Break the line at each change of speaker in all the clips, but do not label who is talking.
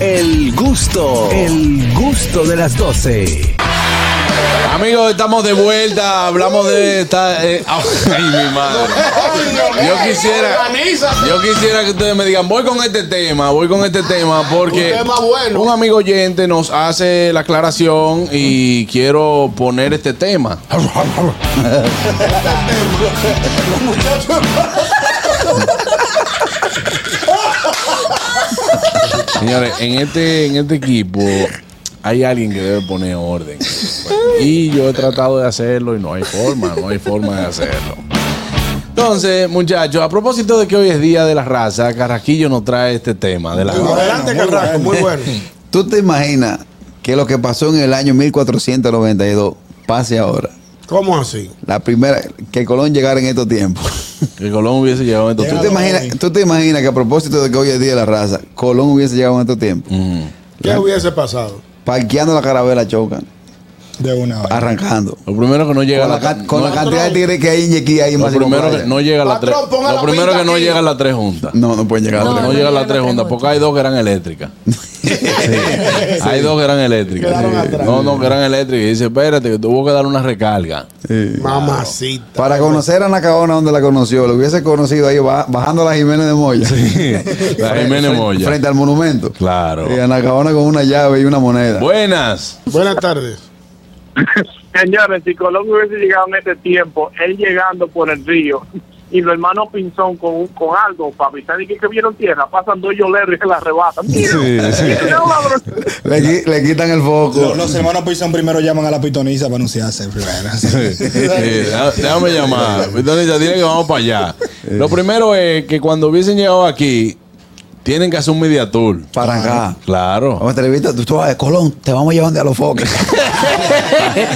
El gusto, el gusto de las 12.
Amigos, estamos de vuelta. Hablamos de esta. eh, ay, mi madre. Yo quisiera. Yo quisiera que ustedes me digan, voy con este tema, voy con este tema, porque
Un tema bueno.
un amigo oyente nos hace la aclaración y quiero poner este tema. Señores, en este, en este equipo hay alguien que debe poner orden. Y yo he tratado de hacerlo y no hay forma, no hay forma de hacerlo. Entonces, muchachos, a propósito de que hoy es Día de la Raza, Carraquillo nos trae este tema de la raza.
Adelante, Carrasco, muy bueno.
¿Tú te imaginas que lo que pasó en el año 1492 pase ahora?
¿Cómo así?
La primera, que Colón llegara en estos tiempos.
Que Colón hubiese llegado en estos
¿Tú te,
tiempos.
imaginas, tú te imaginas que a propósito de que hoy es Día de la Raza, Colón hubiese llegado en estos tiempos?
Mm.
¿Qué hubiese pasado?
Parqueando la carabela chocan,
De una vez.
arrancando.
Lo primero que no llega
Con la,
la,
ca- con
no-
la cantidad de tigres que hay en Yequí ahí en
lo
Máximo
primero
Playa.
que no llega a las tres.
Patrón, ponga
Lo
la
primero
pinta
que no
aquí.
llega a las tres juntas.
no, no pueden llegar.
No,
ahora.
llegan llega a las tres juntas porque hay dos que eran eléctricas. Sí. Hay dos que eran eléctricas.
Quedaron
Sí.
atrás.
No, no, que eran eléctricas. Y dice, espérate, que tuvo que dar una recarga.
Sí.
Mamacita.
Para conocer a Nacaona donde la conoció, lo hubiese conocido ahí ba- bajando a la Jiménez de Moya.
La Jiménez
Frente-
Moya.
Frente al monumento.
Claro.
Y a Nacaona con una llave y una moneda.
Buenas.
Buenas tardes.
Señores, si Colón hubiese llegado en este tiempo, él llegando por el río y los hermanos Pinzón con, un- con algo, papi, ¿saben qué que vieron tierra? Pasan dos yoleros y se la arrebatan. Mira, mira, cabrón.
Le, qui- le quitan el foco.
Lo- Los hermanos Pison primero llaman a la pitoniza para anunciarse primero.
Sí, deja- déjame llamar. Entonces ya dile que vamos para allá. Lo primero es que cuando hubiesen llegado aquí, tienen que hacer un media tour.
Para acá.
Claro.
Vamos a entrevista, tú, tú vas de Colón, te vamos llevando a los focos.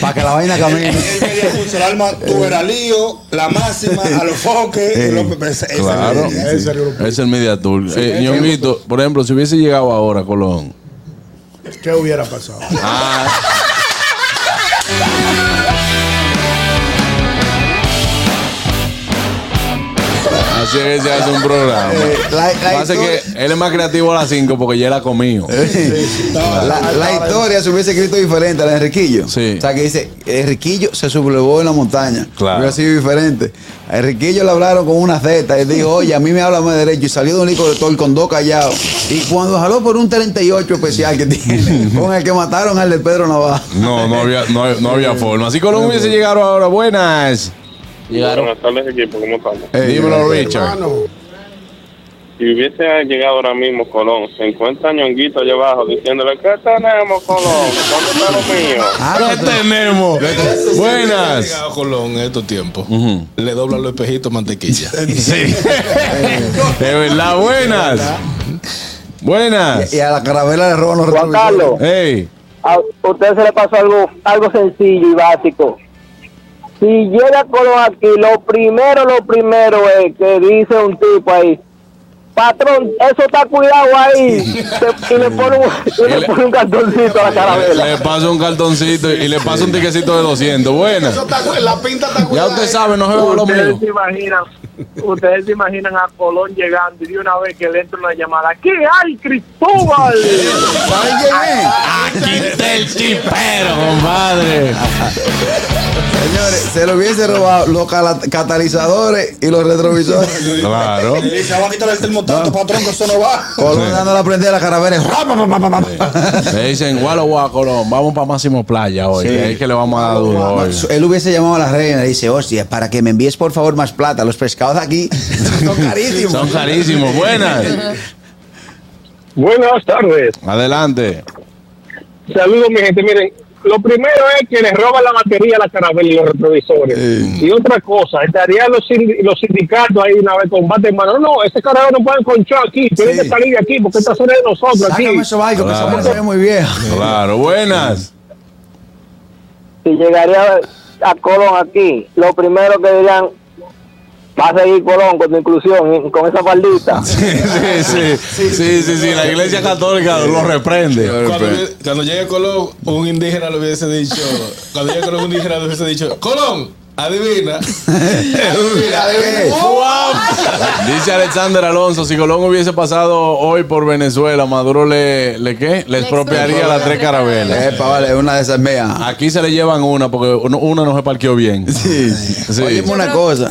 Para que la vaina camine.
el alma, tú eras lío, la máxima, a los foques.
Eh,
los- ese- ese-
Claro.
ese-
Ese grupo.
Es el media tour. Eh, Ñonguito, por ejemplo, si hubiese llegado ahora, Colón.
¿Qué hubiera pasado?
Así es que se hace un programa.
Eh, la- la
Pasa
historia-
que él es más creativo a las 5 porque ya la comió.
estaba-
La, la historia se hubiese escrito diferente a la de Enriquillo.
Sí.
O sea, que dice, Enriquillo se sublevó en la montaña.
Claro.
Hubiera sido diferente. A Enriquillo le hablaron con una zeta. Él dijo, oye, a mí me habla más derecho. Y salió de un licor con dos callados. Y cuando jaló por un 38 especial que tiene, con el que mataron al de Pedro Navajo.
No, no había, no, había- no había forma. Así Colón hubiese llegado ahora. Buenas.
Buenas tardes, equipo, ¿cómo estamos?
Eh, Dímelo, Richard.
Hermano,
Si hubiese llegado ahora mismo Colón, se encuentra ñonguito allá abajo diciéndole, ¿qué tenemos, Colón? ¿Dónde está lo mío?
Ah,
¿Qué
no,
tenemos? Buenas.
llegado Colón en estos tiempos, le doblan los espejitos mantequilla.
Sí. De verdad, buenas. Buenas.
y a la carabela le roban los
Juan
retrovisores.
Carlos,
Hey.
a usted se le pasó algo, algo sencillo y básico. Si llega Colón aquí, lo primero, lo primero es que dice un tipo ahí, patrón, eso está cuidado ahí, Se- y le pone un, y le pone un cartoncito a la carabela.
Le paso un cartoncito y le paso un tiquecito de 200. Buenas.
eso está cu- la pinta está
Ya
cuidada.
usted sabe, no juego lo
Ustedes
mío.
se imaginan, ustedes se imaginan a Colón llegando y de una vez que le entra una llamada, ¿qué hay, Cristóbal?
¿Saben quién es?
Aquí está el chipero, compadre.
Señores, se lo hubiese robado los cala- catalizadores y los retrovisores.
Claro.
Le dice, vamos a quitarle el termotato, patrón, que eso no va.
Colón dando la prendida a la carabela.
Le dicen, gualo, guau, Colón, vamos para Máximo Playa hoy.
Sí.
que ahí es que le vamos a dar duro hoy.
Él hubiese llamado a la reina y le dice, hostia, para que me envíes por favor más plata. Los pescados aquí son carísimos.
Son carísimos. Buenas.
Buenas tardes.
Adelante.
Saludos, mi gente. Miren, lo primero es que les roban la batería a la carabela y los retrovisores. Y otra cosa, estarían los, sindi- los sindicatos ahí una vez combate, hermano. No, ese carabela no puede conchar aquí, tiene
Sí.
que salir de aquí porque esta zona es de nosotros aquí.
Sácame esos barcos, que
Claro.
esa mujer se ve muy vieja.
Claro, buenas.
Si llegaría a Colón aquí, lo primero que dirían, va a seguir Colón con tu inclusión, con esa faldita.
Sí, sí, sí. Sí, sí, sí. La iglesia católica lo reprende.
Cuando, hubie- cuando llegue Colón, un indígena le hubiese dicho, cuando llegue Colón, un indígena le hubiese dicho, Colón,
Adivina.
Dice Alexander Alonso, si Colón hubiese pasado hoy por Venezuela, Maduro le, le qué? Le expropiaría las tres carabelas.
Epa, vale, una de esas mías.
Aquí se le llevan una porque uno- una no se parqueó bien.
Sí.
Sí.
Óyeme una cosa.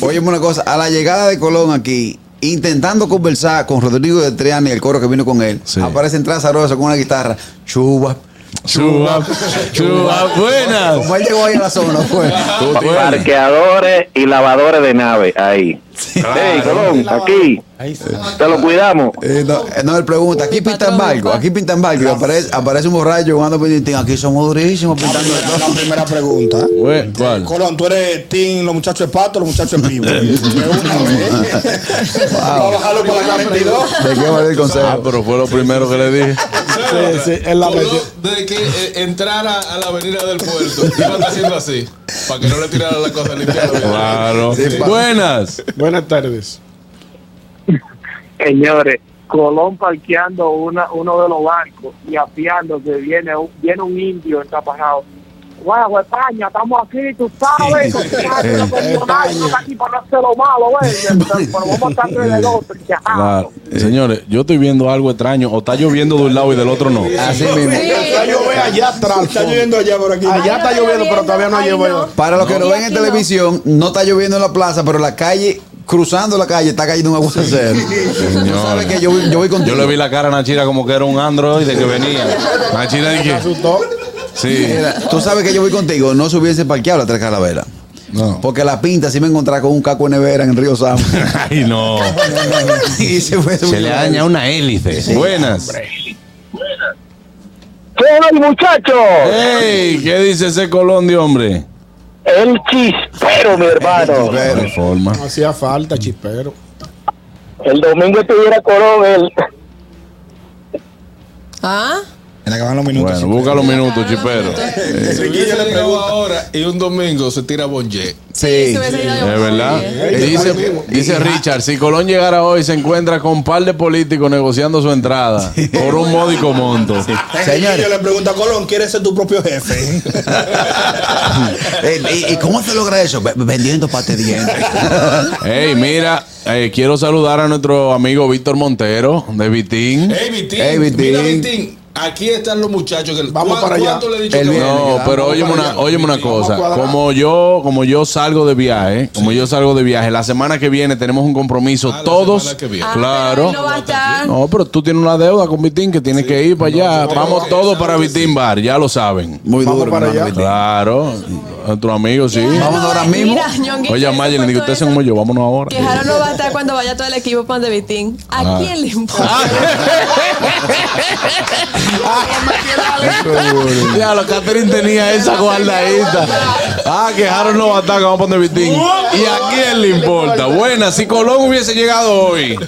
Óyeme una cosa. A la llegada de Colón aquí, intentando conversar con Rodrigo de Triana y el coro que vino con él,
Sí.
aparece en Trazarosa con una guitarra. Chuba.
Chuba, chuba, buenas.
Como él llegó ahí a la zona, pues. fue.
Tú tienes.
Parqueadores y lavadores de nave, ahí. Ey, Colón, aquí. Te lo cuidamos.
Eh, no, eh, no, él pregunta, aquí pintan barco, aquí pintan barco. Y aparece, aparece un borracho jugando pintín, aquí somos durísimos pintando de todo.
La primera pregunta.
Bue- ¿Cuál?
Colón, tú eres team, los muchachos de pato, los muchachos de pivo. De una vez. Vamos a bajarlo para la 42.
¿De qué vale el
Ah,
consejo?
pero fue lo primero que le dije.
Sí,
sí, él la metió.
Desde que eh, entrara a la avenida del puerto, iba a estar haciendo así, para que no le tirara la cosa limpia.
Claro. Buenas.
Buenas tardes.
Señores, Colón parqueando una, uno de los barcos y apiándose, viene, un- viene un indio entapajado. Guau, España, estamos aquí, tú sabes. compadre,
Eh,
no tengo nada, no está aquí para no hacer lo malo, güey. Entonces, Pero vamos a estar entre los dos,
Claro.
chajados.
Señores, yo estoy viendo algo extraño. O está lloviendo de un lado y del otro no.
Así mismo.
Está lloviendo allá atrás.
Está lloviendo allá por aquí.
Allá está lloviendo, pero todavía no ha
Ay,
llovido.
Para los que
No.
lo ven en
Aquí no.
televisión, no está lloviendo en la plaza, pero la calle, cruzando la calle, está cayendo un aguacero. Tú sabes que yo, voy- yo voy
Yo
contigo.
le vi la cara a Nachira como que era un android de que venía. Nachira dije. Sí.
Mira, tú sabes que yo voy contigo, no se hubiese parqueado la tres calaveras.
No.
Porque la pinta si me encontraba con un caco de nevera en el río Sam.
Ay, no.
y se fue
una hélice. Buenas.
¿Qué hay, muchachos?
¡Ey! ¿Qué dice ese colón de hombre?
El chispero, mi hermano.
Pero,
Reforma.
No hacía falta, chispero.
El domingo estuviera Colón, el...
¿Ah?
Se le acaban los minutos.
Bueno, busca los minutos, chipero.
Si hubiese llegado ahora y un domingo se tira Bonje.
sí.
Se hubiese ido
Es
yo muy
verdad.
bien.
Dice, dice Richard, si Colón llegara hoy se encuentra con un par de políticos negociando su entrada por un módico monto.
Señores.
Yo le pregunto a Colón, ¿quieres ser tu propio jefe?
Eh, ¿Y, y cómo se logra eso? Ve- Vendiendo pate dientes.
Hey, mira, eh, quiero saludar a nuestro amigo Víctor Montero de Vitín.
Hey, Vitín.
Hey, Vitín.
Mira, Vitín. Aquí están los muchachos. Que
Vamos para allá.
¿Cuánto le he dicho
El
que
viernes.
vamos?
No, pero óyeme
para
una,
allá.
óyeme una
Vitín,
cosa.
vamos a cuadrar.
Como yo, como yo salgo de viaje, como yo salgo de viaje, la semana que viene tenemos un compromiso
Ah, la
todos.
semana que viene.
Ah, pero
Claro.
él No va a estar.
No, pero tú tienes una deuda con Vitín que tienes que ir para allá. Vamos todos para Vitín Bar, ya lo saben.
Muy
Vamos
duro,
para
hermano.
allá.
Claro, nuestro amigo, sí.
Vamos ahora mismo.
Oye, a Mayer, le digo, ustedes son como yo, vámonos
Que Jaro
ahora.
no va a estar cuando vaya todo el equipo para donde Vitín.
Ah.
¿A quién le importa?
Ya, la Catherine tenía esa guardadita. Ah, que Harold no va a estar, que vamos a poner Vitín. ¿Y a quién le importa? Buena, si Colón hubiese llegado hoy.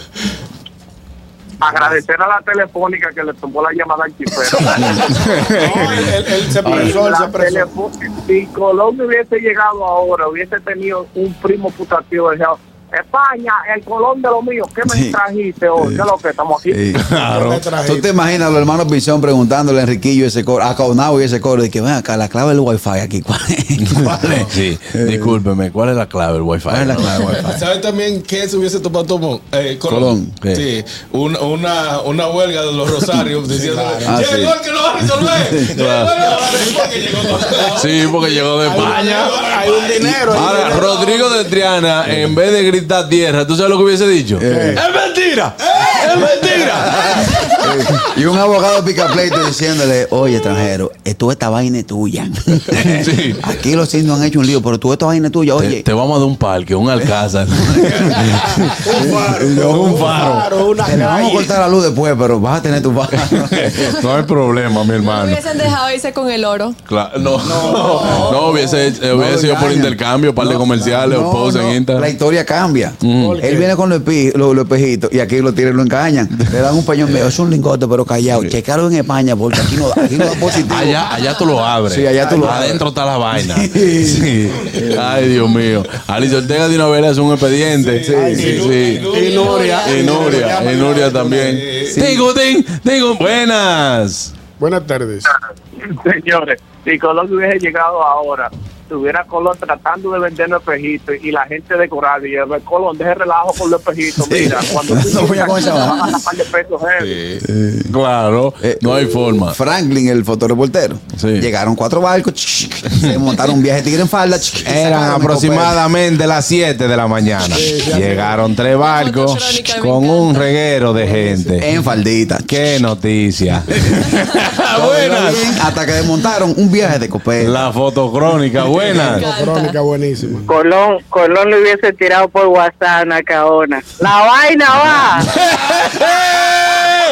Agradecer a la telefónica que le tomó la llamada al chispero.
No, él, él- él se
Y
presó, él
la
se presó.
telefo- Si Colón hubiese llegado ahora, hubiese tenido un primo putativo. decía, España, el Colón de lo mío, ¿qué me
Sí.
trajiste hoy? ¿Qué es lo que estamos aquí?
Sí.
Yo
Claro.
le traje.
¿Tú te imaginas a los hermanos Pinzón preguntándole a Enriquillo ese coro, a Caonabo y ese coro, de que ven acá, la clave del wifi aquí, ¿cuál es? ¿Cuál es?
Sí, discúlpeme, ¿cuál es la clave del wifi?
¿Cuál es la clave del wifi?
¿Sabes también qué se hubiese tomado Tomón? Eh, Colón.
Colón,
Sí, un- una, una huelga de los Rosarios diciendo:
Ah, sí.
Llegó el que lo va a resolver. Llegó el que lo va a resolver. que llegó Colón.
Sí, porque llegó de España.
Hay un dinero. ahí.
Ahora, Rodrigo de Triana, en vez de gritar tierra, ¿tú sabes lo que hubiese dicho?
Y un abogado picapleito diciéndole, oye, extranjero, eh, tú esta vaina es tuya.
Sí.
Aquí los indios han hecho un lío, pero tú esta vaina es tuya,
Te,
oye.
te vamos a dar un parque, un alcázar.
Un faro. Un faro, una
Te la vamos a
calle.
cortar la luz después, pero vas a tener tu barro.
no hay problema, mi
No
hermano.
hubiesen dejado irse con el oro.
Cla- no, no, hubiese, eh, hubiese sido por
engañan.
intercambio, par de comerciales
No,
o posts
no,
en
La
Instagram. Mm.
historia cambia.
¿Por qué?
Él viene con los, espi- los, los espejitos y aquí lo tiran y lo engañan. Le dan un pañón medio. Es un lingote, pero callado. Checalo en España porque aquí no, aquí no da positivo.
Allá, allá tú lo abres.
Sí, allá tú lo abres.
Adentro está la vaina. Sí. Ay, Dios mío. Alicia Ortega de una vez le hace un expediente. Sí, sí, sí.
Y
Y Nuria, y Nuria también. Digo, ding, digo, buenas.
Buenas tardes.
Señores, si Colón hubiese llegado ahora, tuviera Colón tratando de vender los espejitos y la gente de Coral y el Colón deje relajo con los espejitos mira cuando tú
No voy a
llegas,
comenzar.
te bajan a par de pesos ¿eh? heavy.
Claro,
Eh,
no hay forma.
Franklin, el fotoreportero. Llegaron cuatro barcos, chic, se montaron un viaje tigre en falda. chic, y
Eran
sacaron el
aproximadamente las 7 de la mañana. Llegaron tres barcos con un reguero de gente.
En faldita.
Qué noticia.
copete.
Buenas.
Bien, Hasta que desmontaron un viaje de copete.
La fotocrónica, buenas.
Crónica buenísima.
Colón, Colón le hubiese tirado por WhatsApp a Nacaona. La vaina va.
Eh.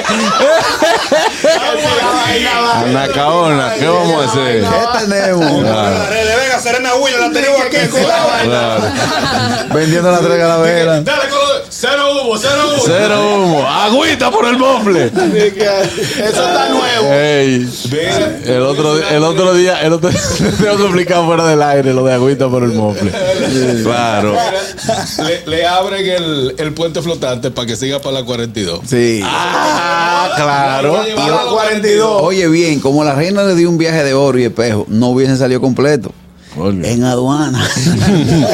Anacaona, ¿qué vamos a hacer?
¿Qué tenemos?
Dale, venga, Serena Williams, la tenemos aquí. cuidado.
Vendiendo la tres calaveras.
Dale, Colón. Cero humo, cero humo.
Cero humo. Agüita por el bomble.
Eso está nuevo.
Ey, el otro, el otro día, el otro tengo que explicar fuera del aire lo de agüita por el mofle. Claro.
Le, le abren el, el puente flotante para que siga para la 42.
Sí.
Ah,
Claro.
Y ahora
42. Oye, bien, como la reina le dio un viaje de oro y espejo, no hubiesen salido completo. En aduana.
Dice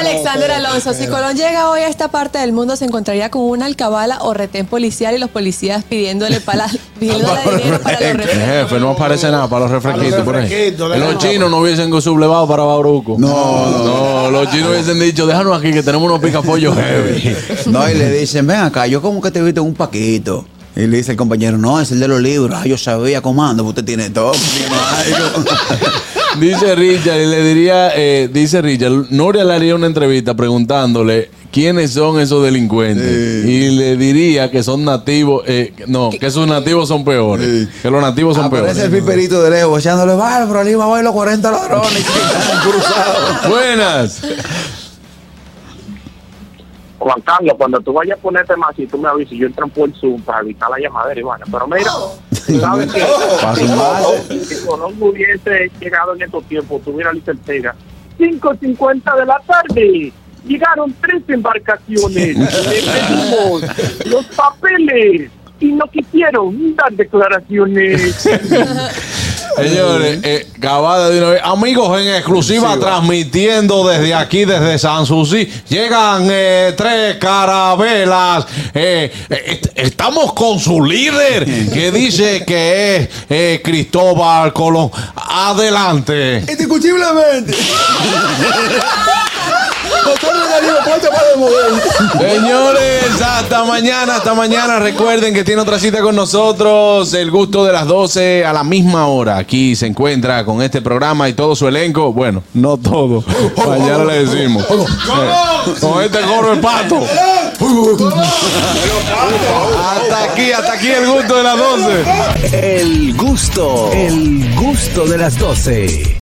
Alexander Alonso, si Colón llega hoy a esta parte del mundo, se encontraría con una alcabala o retén policial y los policías pidiéndole pala, pidiéndole dinero para los
El jefe, no aparece nada para los refresquitos por ahí.
refresquitos,
Los chinos no hubiesen sublevado para Bauruco. No, no, los chinos hubiesen dicho, déjanos aquí que tenemos unos picapollos heavy.
No, y le dicen, ven acá, yo como que te viste en un paquito. Y le dice el compañero, no, es el de los libros. Ah, yo sabía, comando, usted tiene todo.
Dice Richard, y le diría, eh, dice Richard, Nuria le haría una entrevista preguntándole quiénes son esos delincuentes. Y le diría que son nativos, eh, no, que esos nativos son peores. Que los nativos son
Aparece el
peores.
piperito de lejos, echándole, vale, pero ahí va a ver los 40 ladrones.
Buenas.
Juan Carlos, cuando tú vayas a ponerte más, si tú me avisas, yo entro por Zoom para evitar la llamada de Ivana. Pero mira, ¿sabes qué?
Paso
Si
mal.
Colón- Si Colón hubiese llegado en estos tiempos, tuviera licencia 5.50 de la tarde. Llegaron tres embarcaciones. Le pedimos los papeles y no quisieron dar declaraciones.
Señores, eh, acabada de una vez. Amigos en exclusiva
transmitiendo desde aquí, desde San Susi. Llegan eh, tres carabelas. Eh, eh, est- estamos con su líder, que dice que es eh, Cristóbal Colón. Adelante.
Indiscutiblemente.
Señores, hasta mañana, hasta mañana. Recuerden que tiene otra cita con nosotros. El gusto de las 12 a la misma hora. Aquí se encuentra con este programa y todo su elenco. Bueno, no todo. Mañana le decimos. Eh, Con este coro de pato.
Hasta aquí, hasta aquí el gusto de las 12.
El gusto, el gusto de las 12.